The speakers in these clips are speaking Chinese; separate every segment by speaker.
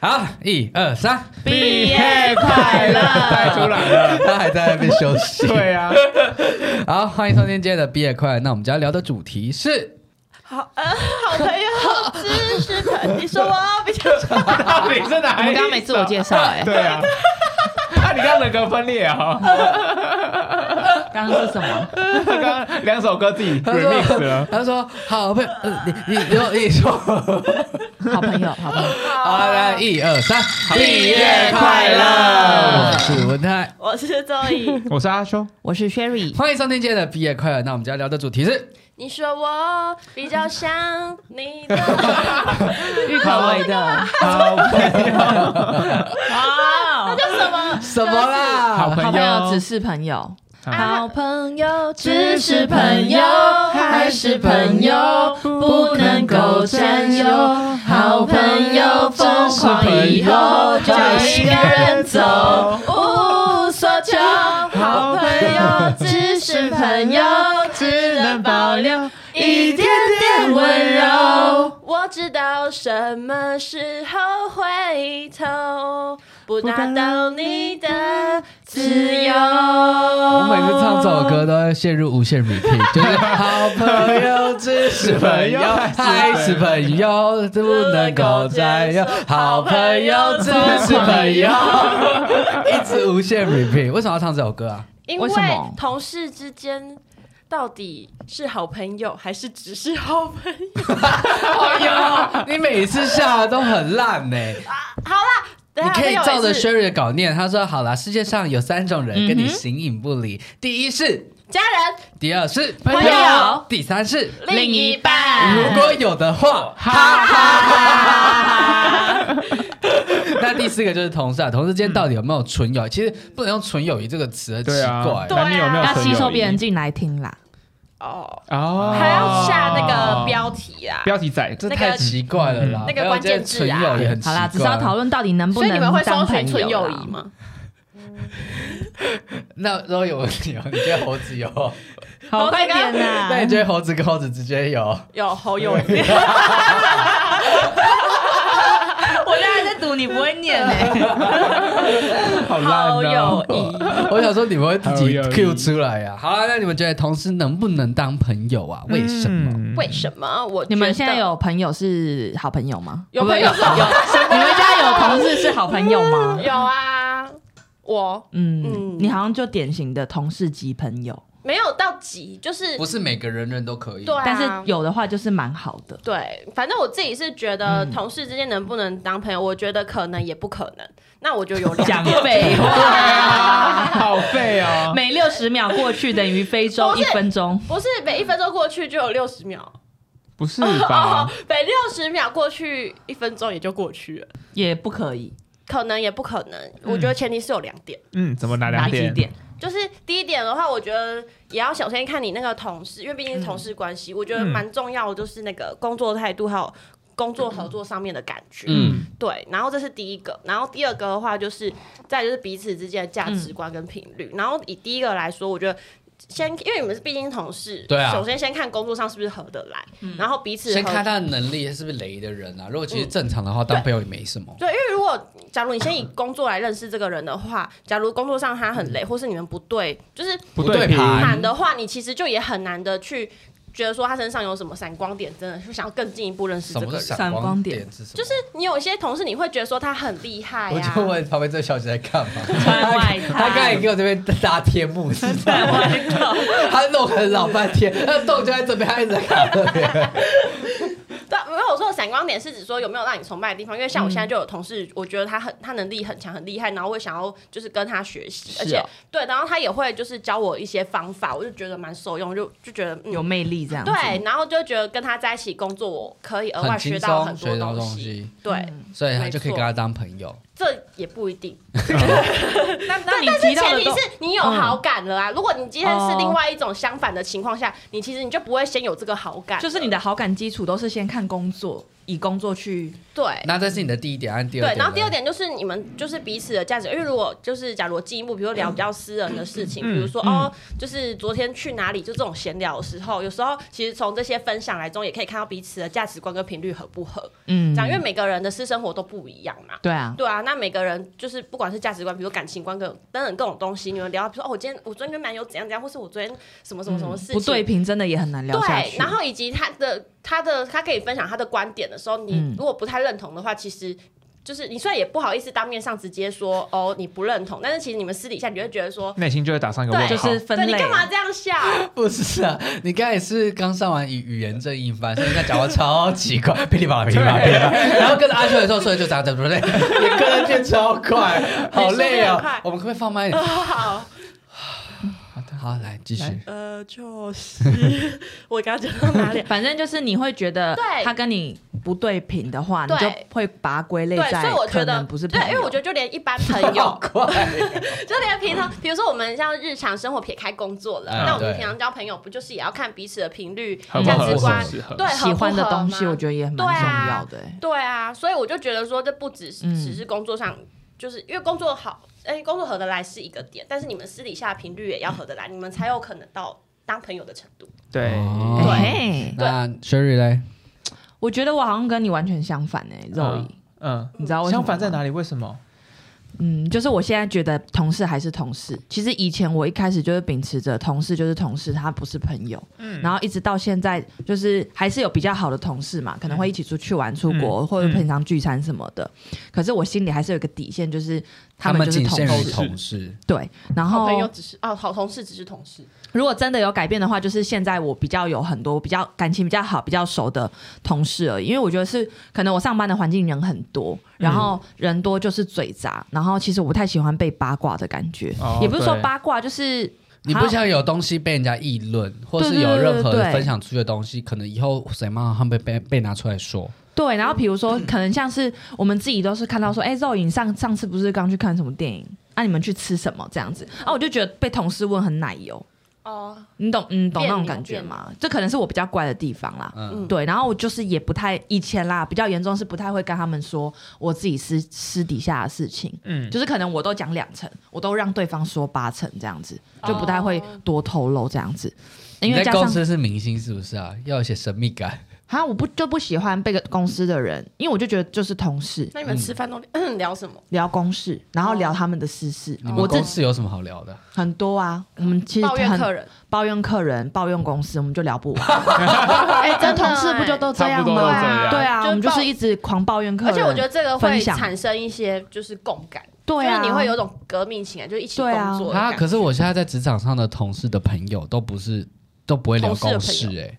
Speaker 1: 好，一二三，
Speaker 2: 毕业快乐
Speaker 1: 太突然了，他还在那边休息。
Speaker 3: 对啊，
Speaker 1: 好，欢迎收听今天的毕业快乐。那我们今天聊的主题是，
Speaker 2: 好，呃，好朋友，知识的，你说我比较少。
Speaker 3: 到底是哪
Speaker 2: 我
Speaker 3: 里？
Speaker 2: 们刚刚没自我介绍哎、
Speaker 3: 对啊，啊，你刚刚人格分裂啊、
Speaker 2: 刚刚是什么？
Speaker 3: 刚刚两首歌自己 remix 了。
Speaker 1: 他说好朋友，呃你你你说你说，
Speaker 2: 好朋友，好朋友，
Speaker 1: 好，来一二三，
Speaker 2: 毕业快乐
Speaker 1: 我是文泰，
Speaker 4: 我是周怡，
Speaker 3: 我是阿修，
Speaker 2: 我是 Sherry。
Speaker 1: 欢迎收听今天的毕业快乐。那我们今天聊的主题是，
Speaker 4: 你说我比较像你的
Speaker 2: 郁可唯的
Speaker 3: 好朋友，
Speaker 2: 哇，
Speaker 4: 叫什么？
Speaker 1: 什么啦？
Speaker 3: 好
Speaker 2: 好朋友只
Speaker 3: 友，
Speaker 2: 是朋友，
Speaker 3: 啊
Speaker 2: 好朋友
Speaker 4: 只是朋友还是朋友，不能够占有。好朋友疯狂以后就一个人走，无所 求。好朋友只是朋友，只能保留一点点温柔。我知道什么时候回头，不拿到你的自由。
Speaker 1: 我
Speaker 4: 我
Speaker 1: 每次唱这首歌都会陷入无限 repeat，就是好朋友只是朋友，还是朋友，不能够占有。好朋友只是朋友，一直无限 repeat。为什么要唱这首歌啊？
Speaker 4: 因
Speaker 2: 为
Speaker 4: 为
Speaker 2: 什么
Speaker 4: 同事之间到底是好朋友还是只是好朋友？
Speaker 1: 哎 呦，你每次下的都很烂呢、
Speaker 4: 等
Speaker 1: 你
Speaker 4: 一下
Speaker 2: 啊
Speaker 1: 可以
Speaker 4: 还有一
Speaker 1: 照着
Speaker 4: 次
Speaker 1: Sherry 的稿念，他说好啦，世界上有三种人
Speaker 2: 嗯
Speaker 1: 跟你形影不离，第一是，
Speaker 4: 家人、
Speaker 1: 第二是
Speaker 2: 朋友，
Speaker 1: 第三是，
Speaker 2: 另一半
Speaker 1: 如果有的话，哈哈哈哈。 那第四个就是同事啊，同事间到底有没有纯友谊？其实不能用纯友谊这个词，很奇
Speaker 3: 对啊
Speaker 1: 怪，。
Speaker 4: 对
Speaker 3: 那你有没有
Speaker 2: 要
Speaker 3: 朋友
Speaker 2: 吸收别人进来听啦。
Speaker 4: 哦，
Speaker 3: 哦，
Speaker 4: 还要下那个标题啊啦。
Speaker 3: 标题仔，
Speaker 1: 这
Speaker 4: 那个
Speaker 1: 太奇怪了啦！
Speaker 4: 那个关键字啊
Speaker 1: 还有这些纯友谊很奇
Speaker 2: 好
Speaker 1: 怪。
Speaker 2: 啦，只是要讨论到底能不
Speaker 4: 所以
Speaker 2: 能
Speaker 4: 你们会搜
Speaker 2: 当
Speaker 4: 寻
Speaker 2: 朋
Speaker 4: 纯
Speaker 2: 友
Speaker 4: 友
Speaker 2: 啦
Speaker 4: 谊？吗？
Speaker 1: 那如果有问题哦，你觉得猴子有？
Speaker 2: 好，快点啊啦！
Speaker 1: 那你觉得猴子跟猴子之间有？
Speaker 4: 有好友谊，
Speaker 2: 我刚才在读，你不会念哎。
Speaker 4: 好
Speaker 3: 好烂
Speaker 4: 友
Speaker 3: 哦。
Speaker 4: 谊。
Speaker 1: 我想说你们会自己
Speaker 3: 好有意
Speaker 1: Q 出来呀、好啊了，那你们觉得同事能不能当朋友啊？为什么？
Speaker 3: 嗯
Speaker 4: 为什么？我
Speaker 2: 你们现在
Speaker 4: 觉得
Speaker 2: 有朋友是好朋友吗？
Speaker 4: 有朋友是
Speaker 2: 不你们家有同事是好朋友吗？
Speaker 4: 有啊？我
Speaker 2: 嗯，
Speaker 4: 嗯
Speaker 2: 你好像就典型的同事及朋友，
Speaker 4: 没有到急，就是
Speaker 1: 不是每个人人都可以。
Speaker 4: 对啊，
Speaker 2: 但是有的话就是蛮好的。
Speaker 4: 对，反正我自己是觉得同事之间能不能当朋友，我觉得可能也不可能。那我就有两
Speaker 2: 讲
Speaker 3: 对
Speaker 2: 废话，
Speaker 3: 啊，好废 哦。
Speaker 2: 每六十秒过去等于非洲
Speaker 4: 不是
Speaker 2: 一分钟。
Speaker 4: 不是每一分钟过去就有六十秒，
Speaker 3: 不是吧？
Speaker 4: 每六十秒过去一分钟也就过去了，
Speaker 2: 也不可以，
Speaker 4: 可能也不可能。我觉得前提是有两点，
Speaker 3: 嗯，怎么哪
Speaker 2: 哪
Speaker 3: 两
Speaker 2: 几
Speaker 3: 点？
Speaker 2: 点？
Speaker 4: 就是第一点的话，我觉得也要小心看你那个同事，因为毕竟是同事关系，我觉得蛮重要的就是那个工作态度还有工作合作上面的感觉。
Speaker 1: 嗯，
Speaker 4: 对，然后这是第一个，然后第二个的话就是，再就是彼此之间的价值观跟频率。然后以第一个来说，我觉得先，因为你们是毕竟是同事，
Speaker 1: 对啊
Speaker 4: 首先先看工作上是不是合得来，然后彼此
Speaker 1: 先
Speaker 4: 合
Speaker 1: 看他的能力是不是雷的人啊。如果其实正常的话，当朋友也没什么。
Speaker 4: 对，因为如果假如你先以工作来认识这个人的话，假如工作上他很累，或是你们不对，就是
Speaker 3: 不
Speaker 1: 对
Speaker 3: 对
Speaker 1: 频
Speaker 3: 频，
Speaker 4: 谈的话，你其实就也很难的去觉得说他身上有什么闪光点，真的就想要更进一步认识
Speaker 1: 什
Speaker 4: 这
Speaker 1: 么
Speaker 4: 个人
Speaker 1: 是。闪
Speaker 2: 闪
Speaker 1: 光
Speaker 2: 光
Speaker 1: 点
Speaker 2: 点
Speaker 1: 是什么？
Speaker 4: 就是你有一些同事，你会觉得说他很厉害啊
Speaker 1: 我
Speaker 4: 哎呀、
Speaker 1: 就问旁边这个小姐在干嘛？
Speaker 2: 穿外套
Speaker 1: 她刚才给我这边搭贴幕，你知
Speaker 2: 哎
Speaker 1: 道吗？她弄很老半天，那洞就在这边，她一直在卡这边。
Speaker 4: 对啊，没有我说的闪光点是指说有没有让你崇拜的地方，因为像我现在就有同事，我觉得他很他能力很强很厉害，然后我也想要就是跟他学习，而
Speaker 2: 是
Speaker 4: 且
Speaker 2: 哦
Speaker 4: 对，然后他也会就是教我一些方法，我就觉得蛮受用，就就觉得嗯
Speaker 2: 有魅力这样子。
Speaker 4: 对，然后就觉得跟他在一起工作，我可以额外
Speaker 1: 很
Speaker 4: 学
Speaker 1: 轻
Speaker 4: 到
Speaker 1: 松，
Speaker 4: 很
Speaker 1: 学
Speaker 4: 多
Speaker 1: 到东
Speaker 4: 西，
Speaker 1: 西，
Speaker 4: 对，
Speaker 2: 嗯
Speaker 1: 所以她就可以
Speaker 4: 没错
Speaker 1: 跟她当朋友。
Speaker 4: 这也不一定，
Speaker 2: 那那你
Speaker 4: 但是
Speaker 2: 提到
Speaker 4: 前
Speaker 2: 的
Speaker 4: 提
Speaker 2: 都
Speaker 4: 是你有好感了啊。如果你今天是
Speaker 2: 哦
Speaker 4: 另外一种相反的情况下，你其实你就不会先有这个好感了，
Speaker 2: 就是你的好感基础都是先看工作，以工作去
Speaker 4: 对。
Speaker 1: 那这是你的第一点，按第二
Speaker 4: 对，
Speaker 1: 点。
Speaker 4: 然后第二，点就是你们就是彼此的价值，因为如果就是假如我进一步，比如聊比较私人的事情，
Speaker 3: 嗯
Speaker 4: 比如说
Speaker 3: 嗯
Speaker 4: 哦，就是昨天去哪里，就这种闲聊的时候，有时候其实从这些分享来中，也可以看到彼此的价值观跟频率合不合，
Speaker 2: 嗯
Speaker 4: 这样，因为每个人的私生活都不一样嘛。
Speaker 2: 对啊，
Speaker 4: 对啊，那每个人就是不管是价值观，比如感情观跟等等各种东西，你们聊到，比如说哦，我今天我昨天跟男友怎样怎样，或是我昨天什么什么什么事情，
Speaker 2: 嗯不对平真的也很难聊下
Speaker 4: 对，
Speaker 2: 去。
Speaker 4: 然后以及他的他的他可以分享他的观点的时候，你
Speaker 2: 嗯
Speaker 4: 如果不太认同的话，其实。就是你虽然也不好意思当面上直接说哦你不认同，但是其实你们私底下你就会觉得说，
Speaker 3: 内心就会打上一个问号。
Speaker 4: 对
Speaker 2: 就是分
Speaker 4: 对
Speaker 2: 类，
Speaker 4: 你干嘛这样笑？
Speaker 1: 不是啊，你刚才是刚上完语语言正音班，所以他讲话超奇怪，噼里啪啦噼里啪啦噼里啪啦，然后跟着阿修的时候，所以就长得不累，你跟着变超快，好累
Speaker 4: 你速度很
Speaker 1: 哦
Speaker 4: 快。
Speaker 1: 我们可不可以放慢一点？
Speaker 4: 啊好，
Speaker 1: 好，来继续
Speaker 3: 来。
Speaker 4: 呃，就是我刚刚讲到 哪里？
Speaker 2: 反正就是你会觉得
Speaker 4: 对
Speaker 2: 他跟你不对频的话，你
Speaker 4: 对
Speaker 2: 就会把它归类
Speaker 4: 对，
Speaker 2: 在
Speaker 4: 所以我觉
Speaker 2: 可能
Speaker 4: 得
Speaker 2: 不是朋
Speaker 4: 对，
Speaker 2: 友，
Speaker 4: 因为我觉得就连一般朋 友
Speaker 1: 好，快，
Speaker 4: 就连平常，比如说我们像日常生活撇开工作了，
Speaker 1: 嗯
Speaker 2: 啊
Speaker 4: 那我们
Speaker 1: 对
Speaker 4: 平常交朋友不就是也要看彼此的频率、
Speaker 3: 合不
Speaker 4: 价
Speaker 3: 合
Speaker 4: 值观
Speaker 3: 适不合，
Speaker 4: 对合
Speaker 2: 喜欢的
Speaker 4: 不合
Speaker 2: 东西，
Speaker 4: 吗
Speaker 2: 我觉得也蛮
Speaker 4: 对
Speaker 2: 重
Speaker 4: 啊
Speaker 2: 要的欸、
Speaker 4: 对啊，所以我就觉得说，这不只是、
Speaker 2: 嗯
Speaker 4: 只是工作上，就是因为工作好，哎、工作合得来是一个点，但是你们私底下的频率也要合得来，你们才有可能到当朋友的程度。
Speaker 3: 对
Speaker 1: 哦
Speaker 2: 对，
Speaker 1: 那 Sherry 嘞？
Speaker 2: 哎我觉得我好像跟你完全相反哎、肉
Speaker 3: 嗯嗯，
Speaker 2: 你知道为什
Speaker 3: 相
Speaker 2: 么吗
Speaker 3: 反在哪里？为什么？
Speaker 2: 嗯，就是我现在觉得同事还是同事。其实以前我一开始就是秉持着同事就是同事，他不是朋友。
Speaker 3: 嗯
Speaker 2: 然后一直到现在，就是还是有比较好的同事嘛，可能会一起出去玩、出国、
Speaker 3: 嗯
Speaker 2: 或者平常聚餐什么的。可是我心里还是有一个底线，就是他们就是
Speaker 1: 仅
Speaker 2: 同
Speaker 1: 限于
Speaker 2: 事。
Speaker 1: 同事。
Speaker 2: 对，然后
Speaker 4: 好朋友只是哦，好同事只是同事，
Speaker 2: 如果真的有改变的话，就是现在我比较有很多比较感情比较好、比较熟的同事而已，因为我觉得是可能我上班的环境人很多，然后
Speaker 3: 嗯
Speaker 2: 人多就是嘴杂，然后其实我不太喜欢被八卦的感觉，
Speaker 3: 哦
Speaker 2: 也不是说
Speaker 3: 对
Speaker 2: 八卦，就是
Speaker 1: 你不想有东西被人家议论，或是有任何分享出去的东西，可能以后谁骂他们被被被拿出来说。
Speaker 2: 对，然后比如说可能像是我们自己都是看到说，哎、肉影上上次不是刚去看什么电影？那、你们去吃什么这样子？啊，我就觉得被同事问很奶油，
Speaker 4: 哦，
Speaker 2: 你懂你懂
Speaker 4: 别
Speaker 2: 那种
Speaker 4: 扭
Speaker 2: 感觉吗？这可能是我比较怪的地方啦。
Speaker 1: 嗯，
Speaker 4: 嗯
Speaker 2: 对，然后我就是也不太以前啦，比较严重是不太会跟他们说我自己私私底下的事情，
Speaker 3: 嗯，
Speaker 2: 就是可能我都讲两成，我都让对方说八成这样子，就不太会
Speaker 4: 哦
Speaker 2: 多透露这样子，因
Speaker 1: 你
Speaker 2: 为
Speaker 1: 在
Speaker 2: 加
Speaker 1: 公
Speaker 2: 上
Speaker 1: 司是明星是不是啊？要有一些神秘感。
Speaker 2: 啊，我不就不喜欢被公司的人，因为我就觉得就是同事
Speaker 4: 那你们吃饭
Speaker 2: 嗯
Speaker 4: 都、聊什么？
Speaker 2: 聊公事，然后聊
Speaker 4: 哦
Speaker 2: 他们的私事，
Speaker 1: 你
Speaker 2: 我
Speaker 1: 们
Speaker 2: 自
Speaker 1: 公
Speaker 2: 己
Speaker 1: 司有什么好聊的？
Speaker 2: 很多啊，我们其实
Speaker 4: 抱怨
Speaker 2: 很
Speaker 4: 客人，
Speaker 2: 抱怨客人、抱怨公司，我们就聊不 完。
Speaker 4: 哎、
Speaker 2: 但同事不就都这
Speaker 3: 差
Speaker 2: 样
Speaker 3: 不多都这
Speaker 2: 吗？
Speaker 3: 样
Speaker 2: 对啊，
Speaker 4: 就
Speaker 2: 我们就
Speaker 4: 抱
Speaker 2: 是一直狂抱怨客
Speaker 4: 而
Speaker 2: 人，
Speaker 4: 且我觉得这个
Speaker 2: 分
Speaker 4: 会
Speaker 2: 享
Speaker 4: 产生一些就是共感，
Speaker 2: 对啊，
Speaker 4: 就是你会有种革命情感，就是一起
Speaker 2: 对啊
Speaker 4: 工作的
Speaker 1: 啊，
Speaker 4: 感
Speaker 1: 可是
Speaker 4: 觉
Speaker 1: 我现在在职场上的同事的朋友都不是都不会聊公
Speaker 4: 同事
Speaker 1: 事
Speaker 4: 的朋
Speaker 1: 哎、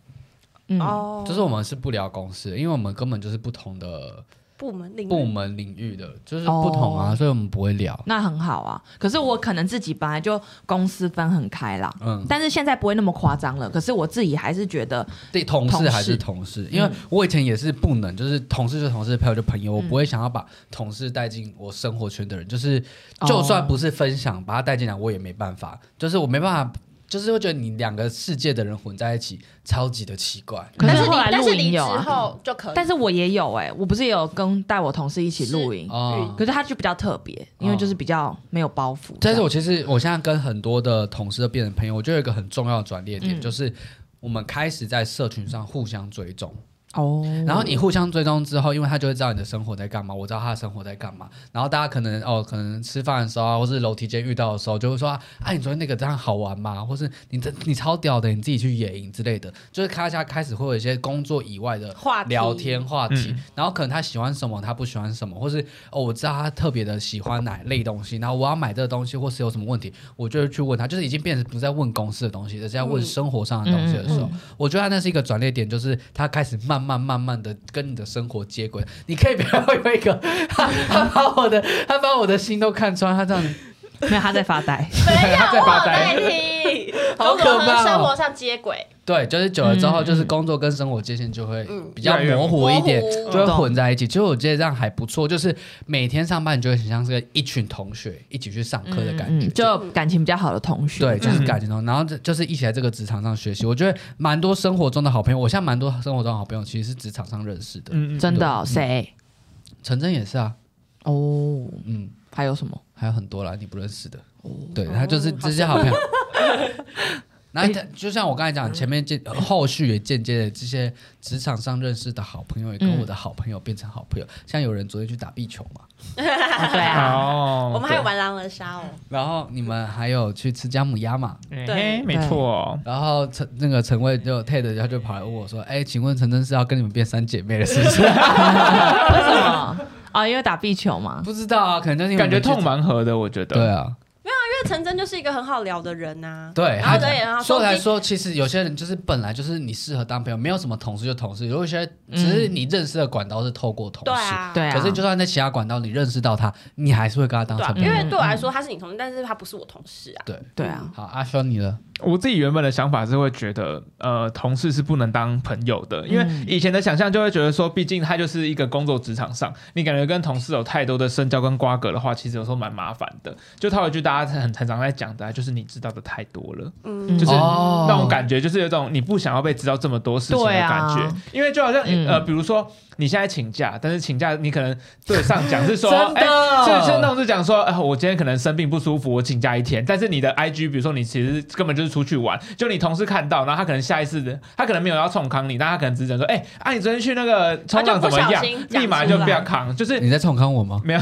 Speaker 2: 嗯
Speaker 4: 哦，
Speaker 1: 就是我们是不聊公事，因为我们根本就是不同的
Speaker 4: 部门领域
Speaker 1: 部门领域的，就是不同啊，
Speaker 2: 嗯哦
Speaker 1: 所以我们不会聊。
Speaker 2: 那很好啊。可是我可能自己本来就公司分很开啦，
Speaker 1: 嗯，
Speaker 2: 但是现在不会那么夸张了。可是我自己还是觉得，
Speaker 1: 对，同
Speaker 2: 同事嗯
Speaker 1: 事还是同事，因为我以前也是不能，就是同事就同事，朋友就朋友，我不会想要把同事带进我生活圈的人，就是
Speaker 2: 哦
Speaker 1: 就算不是分享，把他带进来，我也没办法，就是我没办法。就是会觉得你两个世界的人混在一起，超级的奇怪。
Speaker 2: 可
Speaker 4: 但是
Speaker 2: 后
Speaker 4: 你
Speaker 2: 来
Speaker 4: 但
Speaker 2: 露
Speaker 4: 是离
Speaker 2: 营
Speaker 4: 职
Speaker 2: 有啊，
Speaker 4: 后就
Speaker 1: 呃
Speaker 4: 可以，
Speaker 2: 但是我也有哎、我不是也有跟带我同事一起露营，
Speaker 1: 哦，
Speaker 2: 可是他就比较特别，因为就是比较没有包袱。
Speaker 1: 但是我
Speaker 2: 这样
Speaker 1: 其实我哦现在跟很多的同事都变成朋友，我觉得有一个很重要的转捩点，
Speaker 2: 嗯
Speaker 1: 就是我们开始在社群上互相追踪。
Speaker 2: 哦，
Speaker 1: 然后你互相追踪之后，因为他就会知道你的生活在干嘛，我知道他的生活在干嘛。然后大家可能哦，可能吃饭的时候啊，或是楼梯间遇到的时候，就会说啊，啊你昨天那个这样好玩吗？或是你这你超屌的，你自己去野营之类的。就是大家开始会有一些工作以外的
Speaker 4: 话题
Speaker 1: 聊天话题，
Speaker 3: 嗯
Speaker 1: 然后可能他喜欢什么，他不喜欢什么，或是哦，我知道他特别的喜欢哪类东西，然后我要买这个东西，或是有什么问题，我就会去问他。就是已经变成不再问公司的东西，而是在问
Speaker 4: 嗯
Speaker 1: 生活上的东西的时候，
Speaker 2: 嗯嗯
Speaker 1: 我觉得那是一个转捩点，就是他开始慢慢慢慢的跟你的生活接轨。你可以不要有一个，他他把我的他把我的心都看穿，他这样子
Speaker 2: 没有，他在发呆。
Speaker 4: 没有，
Speaker 3: 他在发
Speaker 4: 我
Speaker 3: 呆
Speaker 4: 代替，
Speaker 1: 好
Speaker 4: 工
Speaker 1: 可
Speaker 4: 作
Speaker 1: 怕哦
Speaker 4: 和生活上接轨，
Speaker 1: 对，就是久了之后，
Speaker 3: 嗯
Speaker 1: 就是工作跟生活界限就会
Speaker 4: 嗯
Speaker 1: 比较
Speaker 3: 越来越
Speaker 1: 模糊一点
Speaker 4: 模，糊
Speaker 1: 就会混在一起。其实我觉得这样还不错，就是每天上班，你就会很像是一群同学一起去上课的感觉，
Speaker 2: 嗯就感情比较好的同学，
Speaker 1: 对，就是
Speaker 3: 嗯
Speaker 1: 感情中，然后这就是一起在这个职场上学习。我觉得蛮多生活中的好朋友，我现在蛮多生活中的好朋友其实是职场上认识的。
Speaker 3: 嗯，嗯
Speaker 2: 真的哦
Speaker 1: 嗯
Speaker 2: 谁？
Speaker 1: 陈真也是啊，
Speaker 2: 哦，
Speaker 1: 嗯，
Speaker 2: 还 有什么？
Speaker 1: 还有很多啦，你不认识的。对他就是这些好朋友。然后他就像我刚才讲，前面间后续也间接的这些职场上认识的好朋友，也跟
Speaker 2: 嗯
Speaker 1: 我的好朋友变成好朋友。像有人昨天去打壁球嘛，
Speaker 2: 啊对啊，
Speaker 3: 哦，
Speaker 4: 我们还有玩狼人杀哦，
Speaker 1: 然后你们还有去吃姜母鸭嘛，
Speaker 3: 对，
Speaker 4: 对
Speaker 3: 嘿没错，哦
Speaker 1: 然后陈那个陈慧就 Ted 他就跑来问我说：“哎，请问陈真是要跟你们变三姐妹了是不 是？”啊
Speaker 2: 为什么？哦，因为打壁球嘛。
Speaker 1: 不知道啊，可能就是你们
Speaker 3: 感觉
Speaker 1: 去
Speaker 3: 痛蛮合的，我觉得。
Speaker 1: 对啊，
Speaker 4: 因为陈真就是一个很好聊的人呐，
Speaker 1: 对，
Speaker 4: 然
Speaker 1: 他
Speaker 4: 后对，然后
Speaker 1: 说来
Speaker 4: 啊说
Speaker 1: 说，其实有些人就是本来就是你适合当朋友，没有什么同事就同事，有一些只是你认识的管道是透过同
Speaker 4: 对
Speaker 1: 事，
Speaker 4: 啊，
Speaker 2: 对啊，
Speaker 1: 可是就算在其他管道你认识到他，你还是会跟他当
Speaker 4: 对啊
Speaker 1: 成，朋
Speaker 4: 因
Speaker 1: 友。
Speaker 4: 为对我来说他是你同事，但是他不是我同事啊，
Speaker 1: 对，
Speaker 2: 对啊，
Speaker 1: 好，阿轩你了，
Speaker 3: 我自己原本的想法是会觉得，呃，同事是不能当朋友的，因为
Speaker 2: 嗯
Speaker 3: 以前的想象就会觉得说，毕竟他就是一个工作职场上，你感觉跟同事有太多的深交跟瓜葛的话，其实有时候蛮麻烦的。就套一句大家很很常在讲的啊、就是你知道的太多了，
Speaker 4: 嗯，
Speaker 3: 就是
Speaker 1: 哦
Speaker 3: 那种感觉，就是有种你不想要被知道这么多事情的
Speaker 2: 对
Speaker 3: 感
Speaker 2: 啊
Speaker 3: 觉。因为就好像、
Speaker 2: 嗯
Speaker 3: 呃，比如说你现在请假，但是请假你可能对上讲 是说，
Speaker 1: 真的
Speaker 3: 哎，
Speaker 4: 哦
Speaker 3: 是是那种是讲说，呃，我今天可能生病不舒服，我请假一天。但是你的 IG，比如说你其实根本就是出去玩，就你同事看到，然后他可能下一次的，他可能没有要冲康你，但他可能只是讲说，哎、啊，你昨天去那个冲浪怎
Speaker 4: 他就
Speaker 3: 么
Speaker 4: 不小
Speaker 3: 样
Speaker 4: 心？讲
Speaker 3: 立马
Speaker 4: 出
Speaker 3: 就
Speaker 2: 来
Speaker 3: 不 要扛，就是
Speaker 1: 你在冲康我吗？
Speaker 3: 没有。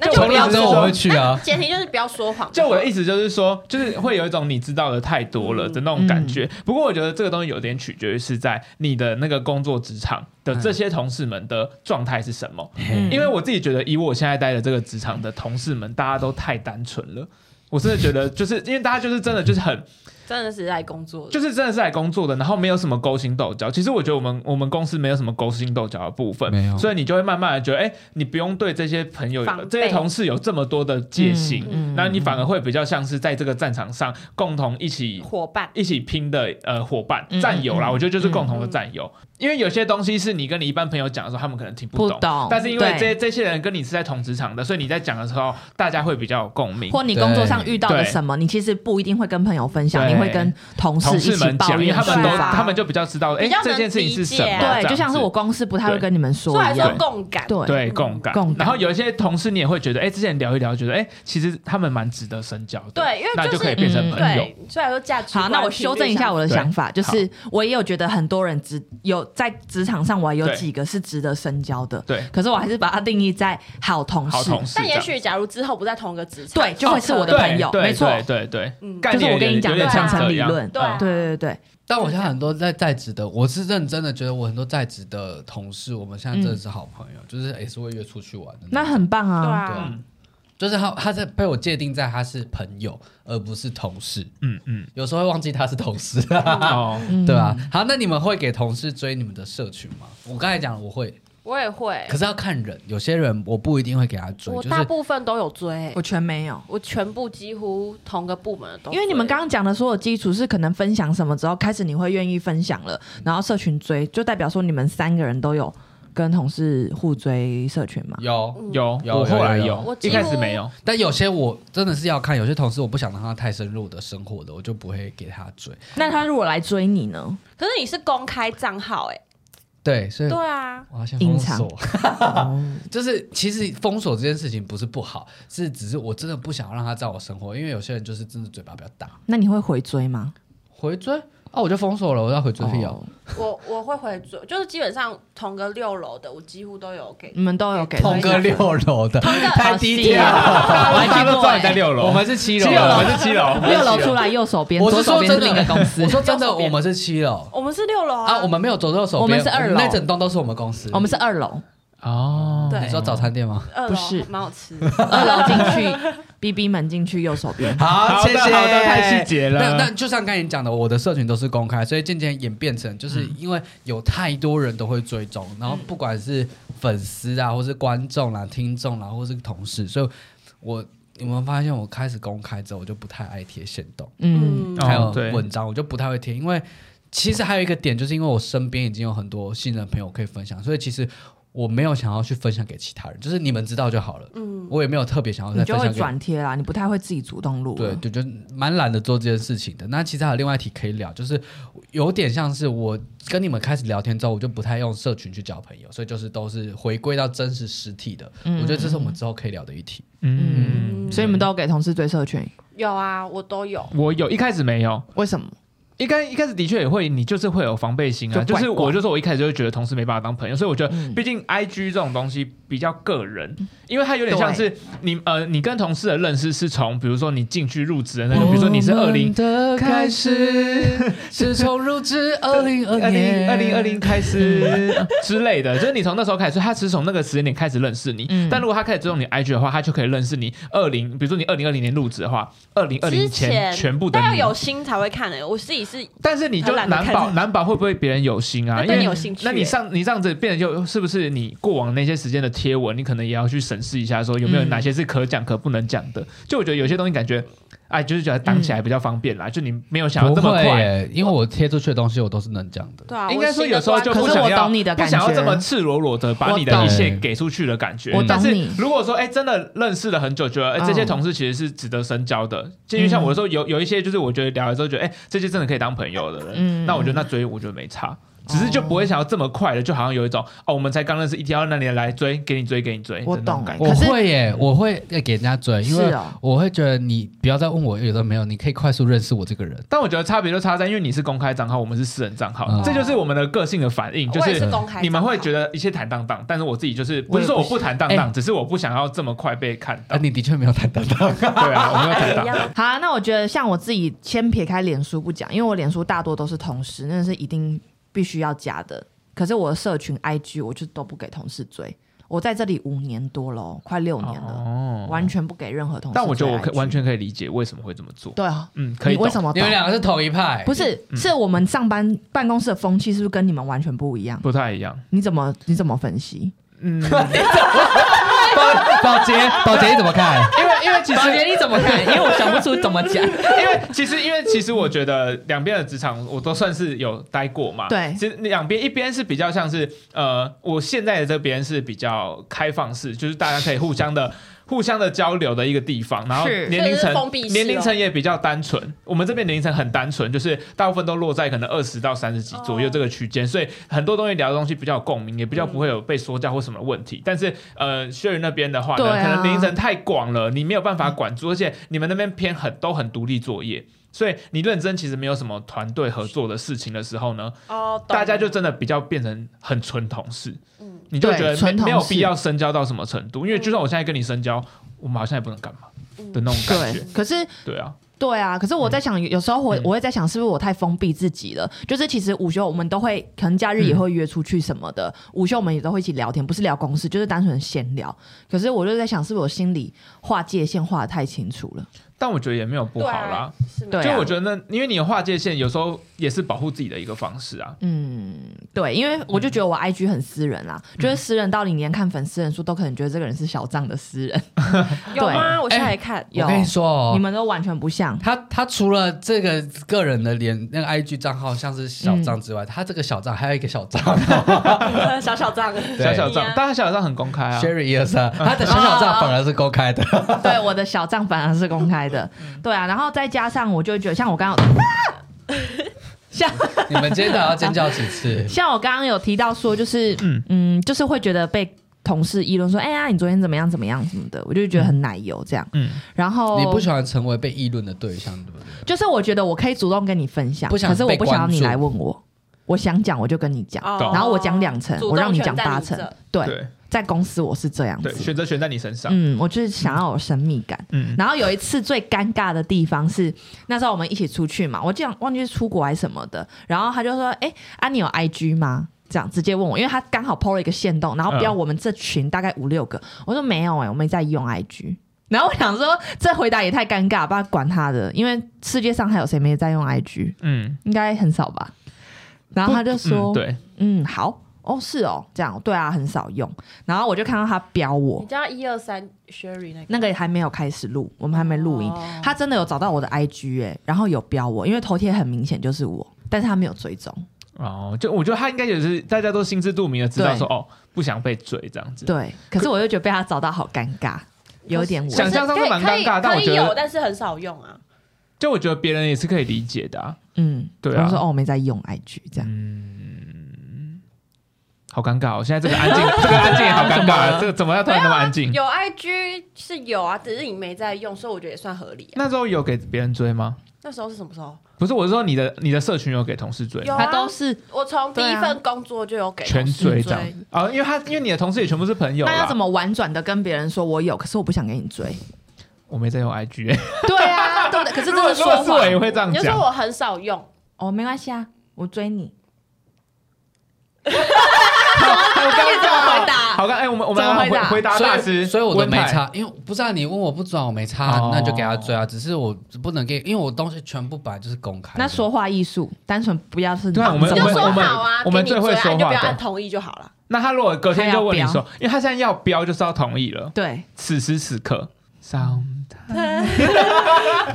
Speaker 4: 那就
Speaker 1: 从
Speaker 4: 不
Speaker 1: 那
Speaker 4: 要
Speaker 1: 之后我
Speaker 4: 说
Speaker 1: 会，去啊。
Speaker 4: 前提就是不要说谎，
Speaker 3: 就我的意思就是说，就是会有一种你知道的太多
Speaker 4: 嗯
Speaker 3: 了的那种感觉。不过我觉得这个东西有点取决于是在你的那个工作职场
Speaker 4: 嗯
Speaker 3: 的这些同事们的状态是什么。
Speaker 2: 嗯
Speaker 3: 因为我自己觉得，以我现在待的这个职场的同事们，大家都太单纯了。我真的觉得，就是因为大家就是真的就是很
Speaker 4: 真的是在工作的，
Speaker 3: 就是真的是来工作的，然后没有什么勾心斗角。其实我觉得我们我们公司没有什么勾心斗角的部分，
Speaker 1: 没有
Speaker 3: 所以你就会慢慢的觉得，哎、你不用对这些朋友
Speaker 4: 防备、
Speaker 3: 这些同事有这么多的戒心
Speaker 2: 嗯嗯，
Speaker 3: 那、你反而会比较像是在这个战场上共同一起
Speaker 4: 伙伴，
Speaker 3: 一起拼的呃伙伴
Speaker 2: 嗯
Speaker 3: 战友啦，
Speaker 2: 嗯
Speaker 3: 我觉得就是共同的战友，因为有些东西是你跟你一般朋友讲的时候，他们可能听不
Speaker 2: 不懂
Speaker 3: 但是因为这
Speaker 2: 哦对
Speaker 3: 这些人跟你是在同职场的，所以你在讲的时候，大家会比较有共鸣。
Speaker 2: 或你工作上遇到的什么，你其实不一定会跟朋友分享，
Speaker 3: 对
Speaker 2: 你会跟同事
Speaker 3: 同
Speaker 2: 一
Speaker 3: 事
Speaker 2: 起
Speaker 3: 们
Speaker 2: 抱
Speaker 3: 讲，因为
Speaker 2: 怨
Speaker 3: 他
Speaker 2: 抒
Speaker 3: 们都
Speaker 2: 发。
Speaker 3: 他们就比较知道，哎
Speaker 4: 比较，能
Speaker 3: 这件事情是什么
Speaker 4: 理解。
Speaker 3: 这样
Speaker 2: 对，
Speaker 3: 子
Speaker 2: 就像是我公司不太会
Speaker 3: 对
Speaker 2: 跟你们
Speaker 4: 说
Speaker 2: 说
Speaker 4: 来
Speaker 2: 一
Speaker 4: 说
Speaker 2: 样，
Speaker 4: 共感，嗯
Speaker 2: 对
Speaker 3: 对共感
Speaker 2: 共。感
Speaker 3: 然后有一些同事，你也会觉得，哎，之前聊一聊，觉得，哎，其实他们蛮值得深交的。
Speaker 4: 对因为
Speaker 3: 那
Speaker 4: 就是
Speaker 3: 就可以变成
Speaker 2: 嗯
Speaker 3: 朋友。
Speaker 4: 对，虽然说价值
Speaker 2: 好，
Speaker 4: 观
Speaker 2: 那我修正一下我的
Speaker 3: 对
Speaker 2: 想法，就是我也有觉得很多人职有在职场上，我还有
Speaker 3: 对
Speaker 2: 几个是值得深交的，
Speaker 3: 对，
Speaker 2: 可是我还是把它定义在好同
Speaker 3: 好
Speaker 2: 事，
Speaker 3: 同事这
Speaker 4: 但
Speaker 3: 样。
Speaker 4: 也许假如之后不在同一个职场，哦
Speaker 2: 对，就会是我的
Speaker 3: 对
Speaker 2: 朋友，
Speaker 3: 对
Speaker 2: 没错，
Speaker 3: 对对对，
Speaker 4: 嗯
Speaker 3: 概
Speaker 2: 就是
Speaker 3: 念
Speaker 2: 我
Speaker 3: 有
Speaker 2: 跟
Speaker 3: 点
Speaker 2: 你讲
Speaker 3: 有
Speaker 2: 的
Speaker 3: 点
Speaker 2: 上
Speaker 3: 像
Speaker 2: 层
Speaker 3: 这
Speaker 2: 理
Speaker 3: 样。
Speaker 2: 论，
Speaker 4: 对啊
Speaker 2: 对对对，
Speaker 1: 但我现在很多在在职的，我是认真的觉得我很多在职的同事，我们现在真的是好朋友，就是也是会约出去玩的种。
Speaker 2: 那很棒
Speaker 4: 对
Speaker 2: 啊，
Speaker 1: 对
Speaker 4: 啊，
Speaker 1: 啊，就是他他在被我界定在他是朋友，而不是同事。
Speaker 3: 嗯嗯，
Speaker 1: 有时候会忘记他是同事，
Speaker 3: 哦，
Speaker 2: 嗯
Speaker 1: 对啊吧？好，那你们会给同事追你们的社群吗？我刚才讲了我会，
Speaker 4: 我也会
Speaker 1: 可，是要看人，有些人我不一定会给他追，
Speaker 4: 哎我
Speaker 1: 就
Speaker 4: 大
Speaker 1: 是
Speaker 4: 部分都有追，
Speaker 2: 我全没有。
Speaker 4: 我全部几乎同个部门的都追，
Speaker 2: 因为你们刚刚讲的所有基础是可能分享什么之后，开始你会愿意分享了，然后社群追，就代表说你们三个人都有跟同事互追社群嘛？
Speaker 1: 有。
Speaker 3: 有
Speaker 1: 有
Speaker 3: 我后来
Speaker 1: 有有
Speaker 4: 我
Speaker 3: 有，
Speaker 4: 几
Speaker 3: 一
Speaker 4: 乎
Speaker 3: 开始没有。
Speaker 1: 但有些我真的是要看，有些同事我不想让他太深入我的生活的，我就不会给他追。
Speaker 2: 那他如果来追你呢？
Speaker 4: 可是你是公开账号哎、
Speaker 1: 对，所以
Speaker 4: 对啊，
Speaker 1: 我要先
Speaker 2: 隐
Speaker 1: 封
Speaker 2: 藏
Speaker 1: 锁。
Speaker 2: 哦
Speaker 1: 就是其实封锁这件事情不是不好，是只是我真的不想要让他在我生活，因为有些人就是真的嘴巴比较大，
Speaker 2: 那你会回追吗？
Speaker 1: 回追啊我就封锁了，我要回追屁哦。
Speaker 2: 哦
Speaker 4: 我我会回追，就是基本上同个六楼的我几乎都有给
Speaker 2: 你们都有给
Speaker 1: 同个六楼的，太低调 了，
Speaker 2: 我还
Speaker 3: 大家
Speaker 2: 去
Speaker 3: 都
Speaker 2: 过
Speaker 3: 知道你在
Speaker 2: 欸
Speaker 3: 六楼，
Speaker 1: 我们是哦七楼的，
Speaker 3: 七楼，我们是七楼，我们是
Speaker 2: 六
Speaker 3: 七
Speaker 2: 楼出来右手边，
Speaker 1: 我
Speaker 2: 左
Speaker 1: 是
Speaker 2: 手
Speaker 1: 说
Speaker 2: 边
Speaker 1: 真
Speaker 2: 是
Speaker 1: 的
Speaker 2: 另一 个公司
Speaker 1: 我，说真的，
Speaker 4: 右手边
Speaker 1: 我们是七楼
Speaker 4: 我们是六楼啊
Speaker 1: 啊，我们没有走右手边，
Speaker 2: 我们是二楼
Speaker 1: 那整栋都是我们公司。
Speaker 2: 我们是二楼，
Speaker 3: 哦
Speaker 4: 对
Speaker 1: 你说早餐店吗？
Speaker 4: 二
Speaker 2: 不
Speaker 4: 楼
Speaker 2: 是
Speaker 4: 蛮好吃的，
Speaker 2: 二楼进去，B B 门进去右手边。嗯
Speaker 1: 好
Speaker 3: 好的好的，太细节
Speaker 1: 那那
Speaker 3: 了。
Speaker 1: 就像刚才你讲的，我的社群都是公开，所以渐渐演变成，就是
Speaker 2: 嗯
Speaker 1: 因为有太多人都会追踪，然后啊不管是粉丝啊，或是观众啦、听众啦，或是同事，所以我有没有发现我开始公开之后，我就不太爱贴线动，
Speaker 2: 嗯
Speaker 4: 嗯
Speaker 3: 哦
Speaker 1: 还有
Speaker 3: 对
Speaker 1: 文章，我就不太会贴，因为其实还有一个点，就是因为我身边已经有很多信任的朋友可以分享，所以其实我没有想要去分享给其他人，就是你们知道就好了。
Speaker 4: 嗯，
Speaker 1: 我也没有特别想要
Speaker 2: 你
Speaker 1: 再
Speaker 2: 就
Speaker 1: 分
Speaker 2: 会
Speaker 1: 享给
Speaker 2: 转贴啦，你不太会自己主动录。
Speaker 1: 对，对，就蛮懒得做这件事情的。那其实还有另外一题可以聊，就是有点像是我跟你们开始聊天之后，我就不太用社群去交朋友，所以就是都是回归到真实实体的。
Speaker 2: 嗯
Speaker 1: 我觉得这是我们之后可以聊的一题。
Speaker 3: 嗯，
Speaker 2: 所以你们都有给同事追社群，
Speaker 4: 有啊，我都有。
Speaker 3: 我有一开始没有，
Speaker 2: 为什么？
Speaker 3: 一开一开始的确也会，你就是会有防备心啊，
Speaker 2: 就
Speaker 3: 就
Speaker 2: 怪
Speaker 3: 是
Speaker 2: 怪
Speaker 3: 我就说我一开始就会觉得同事没办法当朋友，所以我觉得
Speaker 2: 嗯，
Speaker 3: 毕竟 I G 这种东西比较个人，因为它有点像是你呃，你跟同事的认识是从比如说你进去入职的那个，比如说你是二零
Speaker 1: 的
Speaker 3: 开始，
Speaker 1: 是从入职二零
Speaker 3: 二零二零二零开始 之类的，就是你从那时候开始，他只是从那个时间点开始认识你。
Speaker 2: 嗯
Speaker 3: 但如果他开始追踪你 IG 的话，他就可以认识你二零，比如说你二零二零年入职的话，二零二零
Speaker 4: 之前
Speaker 3: 全部的
Speaker 4: 但要
Speaker 3: 你。
Speaker 4: 有心才会看的、我自己是
Speaker 3: 但是你就
Speaker 4: 很懒得
Speaker 3: 难
Speaker 4: 看
Speaker 3: 保难保会不会别人有心啊？
Speaker 4: 那
Speaker 3: 因
Speaker 4: 对
Speaker 3: 为
Speaker 4: 你有兴趣、欸
Speaker 3: 那你上你这样子变得就是不是你过往那些时间的贴文，你可能也要去审视一下，说有没有
Speaker 2: 嗯
Speaker 3: 哪些是可讲可不能讲的。就我觉得有些东西感觉，哎，就是觉得当起来比较方便啦，就你没有想要
Speaker 1: 不
Speaker 3: 这么
Speaker 1: 会
Speaker 3: 快。
Speaker 1: 耶，因为我贴出去的东西我都是能讲的。
Speaker 4: 对啊，
Speaker 3: 应该说有时候就
Speaker 2: 可
Speaker 3: 不
Speaker 2: 是
Speaker 3: 想
Speaker 2: 我
Speaker 3: 要，
Speaker 2: 懂你的
Speaker 3: 不
Speaker 2: 感
Speaker 3: 想要这么
Speaker 2: 觉，
Speaker 3: 赤裸裸的把
Speaker 2: 我
Speaker 3: 你的
Speaker 2: 懂
Speaker 3: 一切给出去的感觉
Speaker 2: 我懂。
Speaker 3: 但是
Speaker 2: 你
Speaker 3: 如果说哎，真的认识了很久，觉得哎这些
Speaker 2: 嗯
Speaker 3: 同事其实是值得深交的，就因为像我说有有一些就是我觉得聊了之后觉得哎，这些真的可以当朋友的
Speaker 2: 嗯
Speaker 3: 人，那我觉得那追我觉得没差。只是就不会想要这么快的，就好像有一种哦，我们才刚认识一天，要那你来追，给你追，给你追，
Speaker 2: 我
Speaker 3: 的那种
Speaker 2: 懂
Speaker 5: 哎
Speaker 3: 感
Speaker 2: 欸
Speaker 3: 觉
Speaker 1: 我
Speaker 2: 可是
Speaker 1: 会耶，我会给人家追，因
Speaker 2: 是
Speaker 1: 为
Speaker 2: 哦，
Speaker 1: 我会觉得你不要再问我有的没有，你可以快速认识我这个人。
Speaker 3: 但我觉得差别就差在，因为你是公开账号，我们是私人账号，
Speaker 1: 嗯
Speaker 3: 这就是我们的个性的反应，就
Speaker 4: 我也
Speaker 3: 是
Speaker 4: 是公开，
Speaker 3: 你们会觉得一切坦荡荡，但是我自己就是不是说
Speaker 2: 我
Speaker 3: 我
Speaker 2: 也不
Speaker 3: 不坦荡
Speaker 1: 哎
Speaker 3: 荡，只是我不想要这么快被看到
Speaker 5: 哦
Speaker 1: 啊，。你的确没有谈到到。
Speaker 3: 对啊，我没有
Speaker 4: 哎
Speaker 3: 坦
Speaker 4: 一
Speaker 3: 荡。
Speaker 4: 样。
Speaker 2: 好啊、那我觉得像我自己，先撇开脸书不讲，因为我脸书大多都是同事，那是一定必须要加的。可是我的社群 IG 我就都不给同事追，我在这里五年多了哦，快六年了，
Speaker 3: 哦，
Speaker 2: 完全不给任何同事追 IG。
Speaker 3: 但我觉得我可完全可以理解为什么会这么做。
Speaker 2: 对啊，
Speaker 3: 嗯，可以
Speaker 2: 你
Speaker 3: 懂
Speaker 2: 为。什么
Speaker 1: 你
Speaker 2: 懂
Speaker 1: 们两个是同一派，
Speaker 2: 不是，是
Speaker 3: 嗯
Speaker 2: 我们上班办公室的风气是不是跟你们完全不一样？
Speaker 3: 不太一样，
Speaker 2: 你怎么你怎么分析？
Speaker 3: 嗯，
Speaker 1: 宝宝洁，宝洁你怎么看？
Speaker 3: 因为因为其
Speaker 5: 宝
Speaker 3: 实
Speaker 5: 洁你怎么看？因为我想不出怎么讲。
Speaker 3: 因为其实因为其实我觉得两边的职场我都算是有待过嘛。
Speaker 2: 对
Speaker 3: 其实两边一边是比较像是呃，我现在的这边是比较开放式，就是大家可以互相的。 互相的交流的一个地方，然后
Speaker 2: 是
Speaker 3: 年
Speaker 4: 所
Speaker 3: 龄
Speaker 4: 以
Speaker 3: 层
Speaker 4: 是封闭式哦
Speaker 3: 年龄层也比较单纯。我们这边年龄层很单纯，就是大部分都落在可能二十到三十几左右
Speaker 4: 哦
Speaker 3: 这个区间，所以很多东西聊的东西比较有共鸣，也比较不会有被说教或什么问题。但是呃，薛云那边的话呢，
Speaker 2: 对啊
Speaker 3: 可能年龄层太广了，你没有办法管住，而且你们那边偏很都很独立作业，所以你认真其实没有什么团队合作的事情的时候呢，
Speaker 4: 哦，懂
Speaker 3: 大家就真的比较变成很纯同事，
Speaker 4: 嗯
Speaker 3: 你就
Speaker 2: 对
Speaker 3: 觉得没
Speaker 2: 纯同
Speaker 3: 没有
Speaker 2: 事嗯
Speaker 3: 必要深交到什么程度，因为就算我现在跟你深交，我们好像也不能干嘛
Speaker 4: 嗯
Speaker 3: 的那种感
Speaker 2: 对
Speaker 3: 觉，，
Speaker 2: 可是
Speaker 3: 对啊，
Speaker 2: 对啊，可是我在想，有时候我
Speaker 3: 嗯
Speaker 2: 我会在想，是不是我太封闭自己了？就是其实午休我们都会，可能假日
Speaker 1: 嗯
Speaker 2: 也会约出去什么的，午休我们也都会一起聊天，不是聊公事，就是单纯闲聊。可是我就在想，是不是我心里划界限划的太清楚了？
Speaker 3: 但我觉得也没有不好啦。
Speaker 4: 是吗
Speaker 2: 对啊
Speaker 3: 就我觉得那，因为你的划界线有时候也是保护自己的一个方式啊。
Speaker 2: 嗯，对，因为我就觉
Speaker 1: 嗯
Speaker 2: 得我 IG 很私人啦，就是私人到你连看粉丝人数都可能觉得这个人是小账的 私人，
Speaker 4: 有
Speaker 2: 对
Speaker 4: 吗？我现在来看，
Speaker 2: 有
Speaker 1: 我跟你说哦，
Speaker 2: 你们都完全不像。
Speaker 1: 他他除了这个个人的连那个 IG 账号像是小账之
Speaker 5: 嗯
Speaker 1: 外，他这个小账还有一个 小账
Speaker 4: 哎 小小账，
Speaker 1: 对
Speaker 3: 小小
Speaker 4: 你
Speaker 3: 账
Speaker 4: 啊，
Speaker 3: 但他小小账很公开啊。
Speaker 1: ，Sherry 一二 三，他的小小账反而是公开的。
Speaker 2: 对，我的小账反而是公 开的，
Speaker 1: 嗯
Speaker 2: 对啊，然后再加上我就觉得，像我刚刚有，像？
Speaker 1: 你们今天到底要尖叫几次
Speaker 2: 像我刚刚有提到说，就是嗯
Speaker 3: 嗯
Speaker 2: 就是会觉得被同事议论说，哎呀，你昨天怎么样怎么样什么的，我就觉得很奶油这样。
Speaker 3: 嗯，
Speaker 2: 然
Speaker 5: 哦
Speaker 2: 后
Speaker 1: 你不喜欢成为被议论的对象，对不对？
Speaker 2: 就是我觉得我可以主动跟你分享，
Speaker 1: 不想
Speaker 2: 可是我
Speaker 1: 被
Speaker 2: 不想要
Speaker 1: 关
Speaker 2: 你
Speaker 1: 注
Speaker 2: 来问我，我想讲我就跟你讲。
Speaker 4: 哦
Speaker 2: 然后我讲两成
Speaker 4: 主
Speaker 2: 我
Speaker 4: 动
Speaker 2: 让你
Speaker 4: 权
Speaker 2: 讲
Speaker 4: 在
Speaker 2: 八
Speaker 4: 你
Speaker 2: 成
Speaker 4: 这
Speaker 2: 对，
Speaker 3: 对
Speaker 2: 在公司我是这样
Speaker 3: 对，
Speaker 2: 子。
Speaker 3: 选择权在你身上。
Speaker 2: 嗯，我就是想要有神秘感。
Speaker 3: 嗯，
Speaker 2: 然后有一次最尴尬的地方是，那时候我们一起出去嘛，我竟然忘记是出国还是什么的，然后他就说：“哎、啊，你有 IG 吗？”这样直接问我，因为他刚好 PO 了一个线动，然后标
Speaker 3: 嗯
Speaker 2: 我们这群大概五六个，我说没有哎、我没在用 IG。然后我想说，这回答也太尴尬，不然管他的，因为世界上还有谁没在用 IG？
Speaker 3: 嗯，
Speaker 2: 应该很少吧。然后他就说：“
Speaker 3: 嗯对，
Speaker 2: 嗯，好，哦，是哦，这样对啊，很少用。然后我就看到他标我
Speaker 4: 你，叫一二三 Sherry 那个
Speaker 2: 那个还没有开始录，我们还没录音。
Speaker 4: 哦
Speaker 2: 他真的有找到我的 IG 哎、然后有标我，因为头贴很明显就是我，但是他没有追踪。
Speaker 3: 哦，就我觉得他应该也是大家都心知肚明的知道
Speaker 2: 对
Speaker 3: 说哦，不想被追这样子。
Speaker 2: 对，可是我就觉得被他找到好尴尬，有点我
Speaker 3: 想象中是蛮尴尬
Speaker 4: 可以
Speaker 3: 但我
Speaker 4: 可
Speaker 3: 觉
Speaker 4: 以
Speaker 3: 得
Speaker 4: 有，但是很少用啊。
Speaker 3: 就我觉得别人也是可以理解的、啊，
Speaker 2: 嗯，
Speaker 3: 对啊
Speaker 2: 我就说哦，我没在用 IG 这样。
Speaker 3: 好尴尬、哦。现在这个安静， 这个安静也好尴尬、啊这个怎么要突然那么安静？
Speaker 2: 啊
Speaker 4: 有 IG 是有啊，只是你没在用，所以我觉得也算合理啊。
Speaker 3: 那时候有给别人追吗？
Speaker 4: 那时候是什么时候？
Speaker 3: 不是，我是说你的你的社群有给同事追吗
Speaker 4: 有啊
Speaker 2: 他都是
Speaker 4: 我从第一
Speaker 2: 啊
Speaker 4: 份工作就有给
Speaker 3: 全
Speaker 4: 同事
Speaker 3: 追这样啊、哦因为他因为你的同事也全部是朋友
Speaker 2: 那要
Speaker 3: 啦
Speaker 2: 怎。么婉转的跟别人说我有，可是我不想给你追。
Speaker 3: 我没在用 IG，、欸、
Speaker 2: 对啊，对不对？可是
Speaker 3: 如
Speaker 2: 这
Speaker 3: 果
Speaker 2: 是
Speaker 3: 如
Speaker 2: 说
Speaker 3: 果是我
Speaker 2: 谎
Speaker 3: 也会这样
Speaker 4: 你就说
Speaker 3: 讲。
Speaker 4: 我很少用，
Speaker 2: 哦，没关系啊，我追 你。
Speaker 3: 好尴
Speaker 2: 怎么回
Speaker 3: 尬，
Speaker 2: 答
Speaker 3: 好尴尬。哎、我们我们
Speaker 2: 怎么
Speaker 3: 来
Speaker 2: 回
Speaker 3: 回
Speaker 2: 答
Speaker 3: 回答大
Speaker 1: 所以
Speaker 3: 师，
Speaker 1: 所以我都
Speaker 3: 温
Speaker 1: 没
Speaker 3: 太
Speaker 1: 差，因为不是啊，你问我不转，我没差，
Speaker 3: 哦
Speaker 1: 那就给他追啊。只是我不能给，因为我东西全部本来就是公开的。
Speaker 2: 那说话艺术，单纯不要是
Speaker 3: 对啊
Speaker 2: 你
Speaker 3: 我们
Speaker 4: 你
Speaker 2: 这
Speaker 4: 就
Speaker 2: 种
Speaker 4: 说
Speaker 3: 我们
Speaker 4: 好啊，
Speaker 3: 我们
Speaker 4: 给你
Speaker 3: 最会
Speaker 4: 追啊
Speaker 3: 说
Speaker 4: 你就
Speaker 3: 话
Speaker 4: 不要
Speaker 3: 的
Speaker 4: 按同意就好了。
Speaker 3: 那他如果隔天就问你
Speaker 2: 他
Speaker 3: 说
Speaker 2: 要，
Speaker 3: 因为他现在要标就是要同意了，
Speaker 2: 对
Speaker 3: 此时此刻，sometime
Speaker 2: 嗯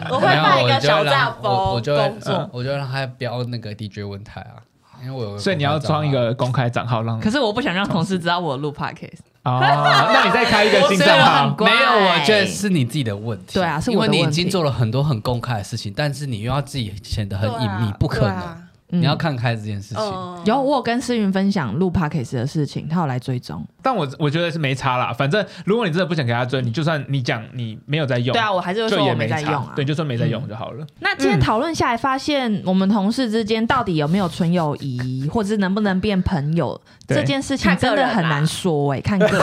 Speaker 4: 我会
Speaker 1: 没有
Speaker 4: 办一个
Speaker 1: 我就会
Speaker 4: 小
Speaker 1: 让
Speaker 4: 炸
Speaker 1: 我
Speaker 4: 包
Speaker 1: 我就会
Speaker 4: 工
Speaker 1: 嗯
Speaker 4: 作，
Speaker 1: 我就让他标那个 DJ 问台啊，因为我有
Speaker 3: 所以你要装一个公开账号让
Speaker 5: 可是我不想让同事知道我录 podcast，
Speaker 3: 哦，那你再开一个新账
Speaker 2: 我虽然
Speaker 3: 号
Speaker 2: 很，
Speaker 1: 没有，我觉
Speaker 2: 怪
Speaker 1: 得是你自己的问题。
Speaker 2: 对啊是
Speaker 1: 因
Speaker 2: 我
Speaker 1: 为
Speaker 2: 的
Speaker 1: 你已
Speaker 2: 问
Speaker 1: 经
Speaker 2: 题
Speaker 1: 做了很多很公开的事情，但是你又要自己显得很
Speaker 4: 对
Speaker 1: 隐
Speaker 4: 啊
Speaker 1: 秘，不可
Speaker 4: 对
Speaker 1: 能。
Speaker 4: 啊
Speaker 1: 你要看开这件事情。
Speaker 4: 嗯，
Speaker 2: 有我有跟思云分享录 podcast 的事情，他有来追踪。
Speaker 3: 但我我觉得是没差啦。反正如果你真的不想给他追，你就算你讲你没有在用，
Speaker 2: 对啊，我还是会
Speaker 3: 就
Speaker 2: 说
Speaker 3: 也
Speaker 2: 我没在用
Speaker 3: 差
Speaker 2: 啊。
Speaker 3: 对，就算没在用就好了。
Speaker 2: 那今
Speaker 3: 嗯
Speaker 2: 天讨论下来，发现我们同事之间到底有没有纯友谊，或者是能不能变朋友
Speaker 3: 对
Speaker 2: 这件事情，真的很难说哎、看个人，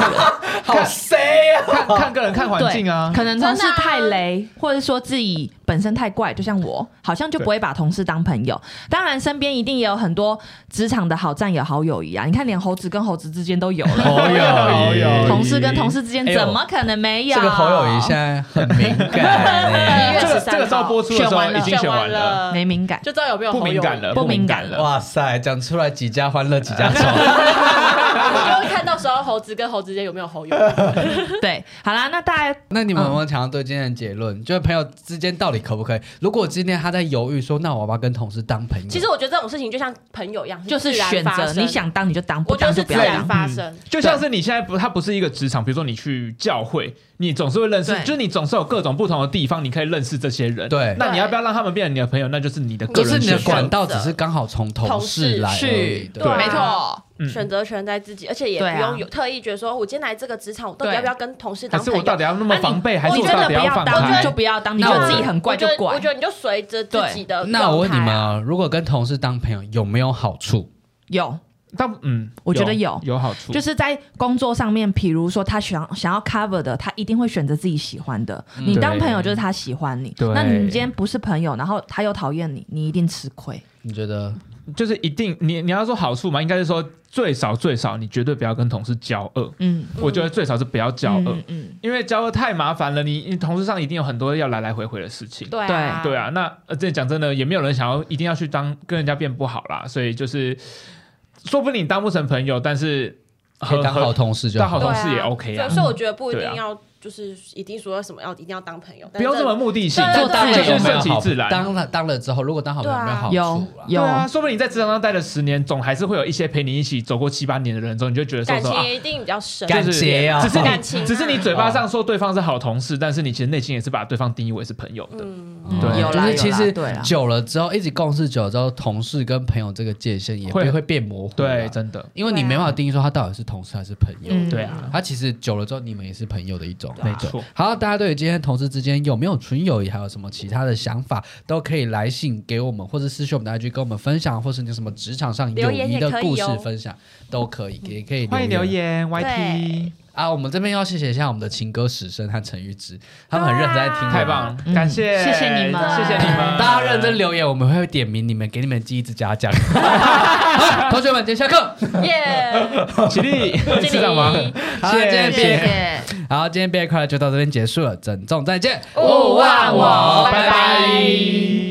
Speaker 1: 好谁啊？
Speaker 3: 看看个人看环境啊
Speaker 2: 对，，可能同事
Speaker 4: 真的啊
Speaker 2: 太雷，或者说自己本身太怪，就像我，好像就不会把同事当朋友。当然，身边一定也有很多职场的好战友、好友谊啊。你看，连猴子跟猴子之间都有了，
Speaker 1: 侯
Speaker 3: 哦
Speaker 1: 友谊
Speaker 3: 友谊
Speaker 2: 同事跟同事之间
Speaker 1: 哎呦
Speaker 2: 怎么可能没有？
Speaker 3: 哎
Speaker 1: 这个侯友谊现在很敏感欸
Speaker 4: 一月
Speaker 3: 这个
Speaker 4: 十三
Speaker 3: 这个时候播出的时候已经
Speaker 4: 选
Speaker 3: 选
Speaker 4: 完
Speaker 3: 完了，
Speaker 4: 了，
Speaker 2: 没敏感，
Speaker 4: 就知道有没有
Speaker 3: 不
Speaker 4: 好
Speaker 3: 敏
Speaker 4: 友
Speaker 3: 感了，
Speaker 2: 不
Speaker 3: 敏
Speaker 2: 敏
Speaker 3: 感
Speaker 2: 感
Speaker 3: 了。
Speaker 1: 哇塞，讲出来几家欢乐几家愁。
Speaker 4: 你 就会看到时候猴子跟猴子之间有没有猴 友。
Speaker 2: 对。好啦，那大家
Speaker 1: 那你们有没有想要对今天的结论？就是朋友之间到底可不可以？如果今天他在犹豫说，那我要不要跟同事当朋友？
Speaker 4: 其实我觉得这种事情就像朋友一样，
Speaker 2: 就是
Speaker 4: 自然
Speaker 2: 选
Speaker 4: 发
Speaker 2: 择
Speaker 4: 生
Speaker 2: 你，想当你就当，不
Speaker 4: 我觉
Speaker 2: 当
Speaker 4: 得
Speaker 2: 就是不
Speaker 4: 自
Speaker 2: 要
Speaker 4: 然
Speaker 2: 当。
Speaker 4: 发生。
Speaker 3: 就像是你现在不，它不是一个职场，比如说你去教会，你总是会认识，
Speaker 2: 对
Speaker 3: 就是你总是有各种不同的地方，你可以认识这些人。
Speaker 1: 对
Speaker 3: 那你要不要让他们变成你的朋友？那就是你的个
Speaker 1: 就是
Speaker 3: 人选
Speaker 1: 你
Speaker 3: 择。
Speaker 1: 的管道只是刚好从同事来而已
Speaker 2: 是，
Speaker 1: 哎对
Speaker 4: 对啊
Speaker 2: 没错。
Speaker 3: 嗯
Speaker 4: 选择权在自己，而且也
Speaker 2: 对
Speaker 4: 不
Speaker 2: 啊
Speaker 4: 用有特意觉得说，我今天来这个职场，我到底
Speaker 2: 对
Speaker 4: 要不要跟同事
Speaker 3: 还
Speaker 4: 当
Speaker 3: 是
Speaker 4: 朋
Speaker 3: 我到
Speaker 4: 友？
Speaker 3: 底要那么防备，还是
Speaker 2: 你
Speaker 3: 我
Speaker 2: 真
Speaker 3: 到
Speaker 2: 的
Speaker 3: 底
Speaker 2: 不要
Speaker 3: 放
Speaker 2: 当，我觉
Speaker 3: 开
Speaker 2: 得？就不要当，你
Speaker 1: 那
Speaker 2: 觉
Speaker 1: 我
Speaker 2: 得自己很怪就
Speaker 4: 我觉得
Speaker 2: 怪
Speaker 4: 我觉。得你就随着自己的、
Speaker 1: 那我问你们，啊，如果跟同事当朋友有没有好处？
Speaker 2: 有，
Speaker 3: 但嗯，
Speaker 2: 我觉得
Speaker 3: 有
Speaker 2: 有
Speaker 3: 有好处，
Speaker 2: 就是在工作上面，比如说他想想要 cover 的，他一定会选择自己喜欢的。你当朋友就是他喜欢你
Speaker 3: 对，
Speaker 2: 那你今天不是朋友，然后他又讨厌你，你一定吃亏。
Speaker 1: 你觉得？
Speaker 3: 就是一定你你要说好处嘛，应该是说最少最少，你绝对不要跟同事交恶。
Speaker 2: 嗯，
Speaker 3: 我觉得最少是不要交恶，
Speaker 2: 嗯嗯，
Speaker 3: 因为交恶太麻烦了，你你同事上一定有很多要来来回回的事情。
Speaker 4: 对
Speaker 2: 啊
Speaker 3: 对啊，那呃，这讲真的，也没有人想要一定要去当跟人家变不好啦，所以就是，说不定你当不成朋友，但是
Speaker 1: 可以当好
Speaker 3: 和
Speaker 1: 同事就
Speaker 3: 当好
Speaker 1: 好。
Speaker 3: 同事也 OK 啊
Speaker 4: 对，所以我觉得不一
Speaker 3: 对啊
Speaker 4: 定要就是一定说什么要一定要当朋友，但
Speaker 3: 不要
Speaker 4: 是
Speaker 3: 这么目的性，
Speaker 4: 对
Speaker 1: 做
Speaker 4: 对
Speaker 1: 当
Speaker 4: 对
Speaker 1: 了
Speaker 3: 就
Speaker 1: 有
Speaker 3: 是
Speaker 1: 没有
Speaker 3: 顺
Speaker 1: 好
Speaker 3: 其自然。
Speaker 1: 当了当了之后，如果当好朋友有没
Speaker 2: 有
Speaker 1: 好处啦？
Speaker 3: 对
Speaker 2: 有
Speaker 3: 啊，说不定你在职场上待了十年，总还是会有一些陪你一起走过七八年的人，之后你就觉得说
Speaker 4: 感
Speaker 3: 说
Speaker 4: 情
Speaker 3: 啊，
Speaker 4: 也一定比较深。
Speaker 1: 感情啊
Speaker 3: 只是
Speaker 4: 感
Speaker 3: 你
Speaker 4: 情啊
Speaker 3: 只是你嘴巴上说对方是好同事，但是你其实内心也是把对方定义为是朋友的。
Speaker 4: 嗯，
Speaker 1: 对，
Speaker 2: 有
Speaker 1: 就
Speaker 2: 啦
Speaker 1: 是其
Speaker 2: 有啦
Speaker 1: 实
Speaker 2: 对啦
Speaker 1: 久了之后，一直共事久了之后，同事跟朋友这个界限也
Speaker 3: 会
Speaker 1: 会会变模糊。啊
Speaker 3: 对，，真的，
Speaker 1: 因为你
Speaker 4: 对啊
Speaker 1: 没办法定义说他到底是同事还是朋友。
Speaker 2: 嗯
Speaker 3: 对啊，
Speaker 1: 他其实久了之后，你们也是朋友的一种，
Speaker 4: 啊
Speaker 3: 没错。
Speaker 1: 好，大家对于今天同事之间有没有纯友谊，还有什么其他的想法，都可以来信给我们，或者私信我们的 IG 跟我们分享，或是你有什么职场上友
Speaker 4: 留言
Speaker 1: 谊
Speaker 4: 也
Speaker 1: 的
Speaker 4: 可以
Speaker 1: 故事
Speaker 4: 哦
Speaker 1: 分享，都可以，也可以
Speaker 3: 嗯欢迎留
Speaker 1: 言
Speaker 3: 言
Speaker 4: 对
Speaker 3: YT，
Speaker 1: 啊！我们这边要谢谢一下我们的情歌史生和陈玉芝，他们很认真在听，
Speaker 3: 太棒，了，
Speaker 2: 嗯
Speaker 3: 感谢，
Speaker 5: 谢谢你们
Speaker 3: 谢谢你们，
Speaker 1: 大家认真留言，我们会点名你们，给你们记一支嘉奖。 好同学们，今天下课。
Speaker 4: 耶，
Speaker 3: 起立，
Speaker 4: 这
Speaker 3: 是这样吗？
Speaker 4: 里
Speaker 1: 好，今天毕业
Speaker 2: 谢。
Speaker 1: 好，
Speaker 3: 哦
Speaker 1: 今天毕业快乐就到这边结束了，整众再见，
Speaker 4: 勿忘我
Speaker 1: 拜
Speaker 4: 拜
Speaker 1: 拜
Speaker 4: 拜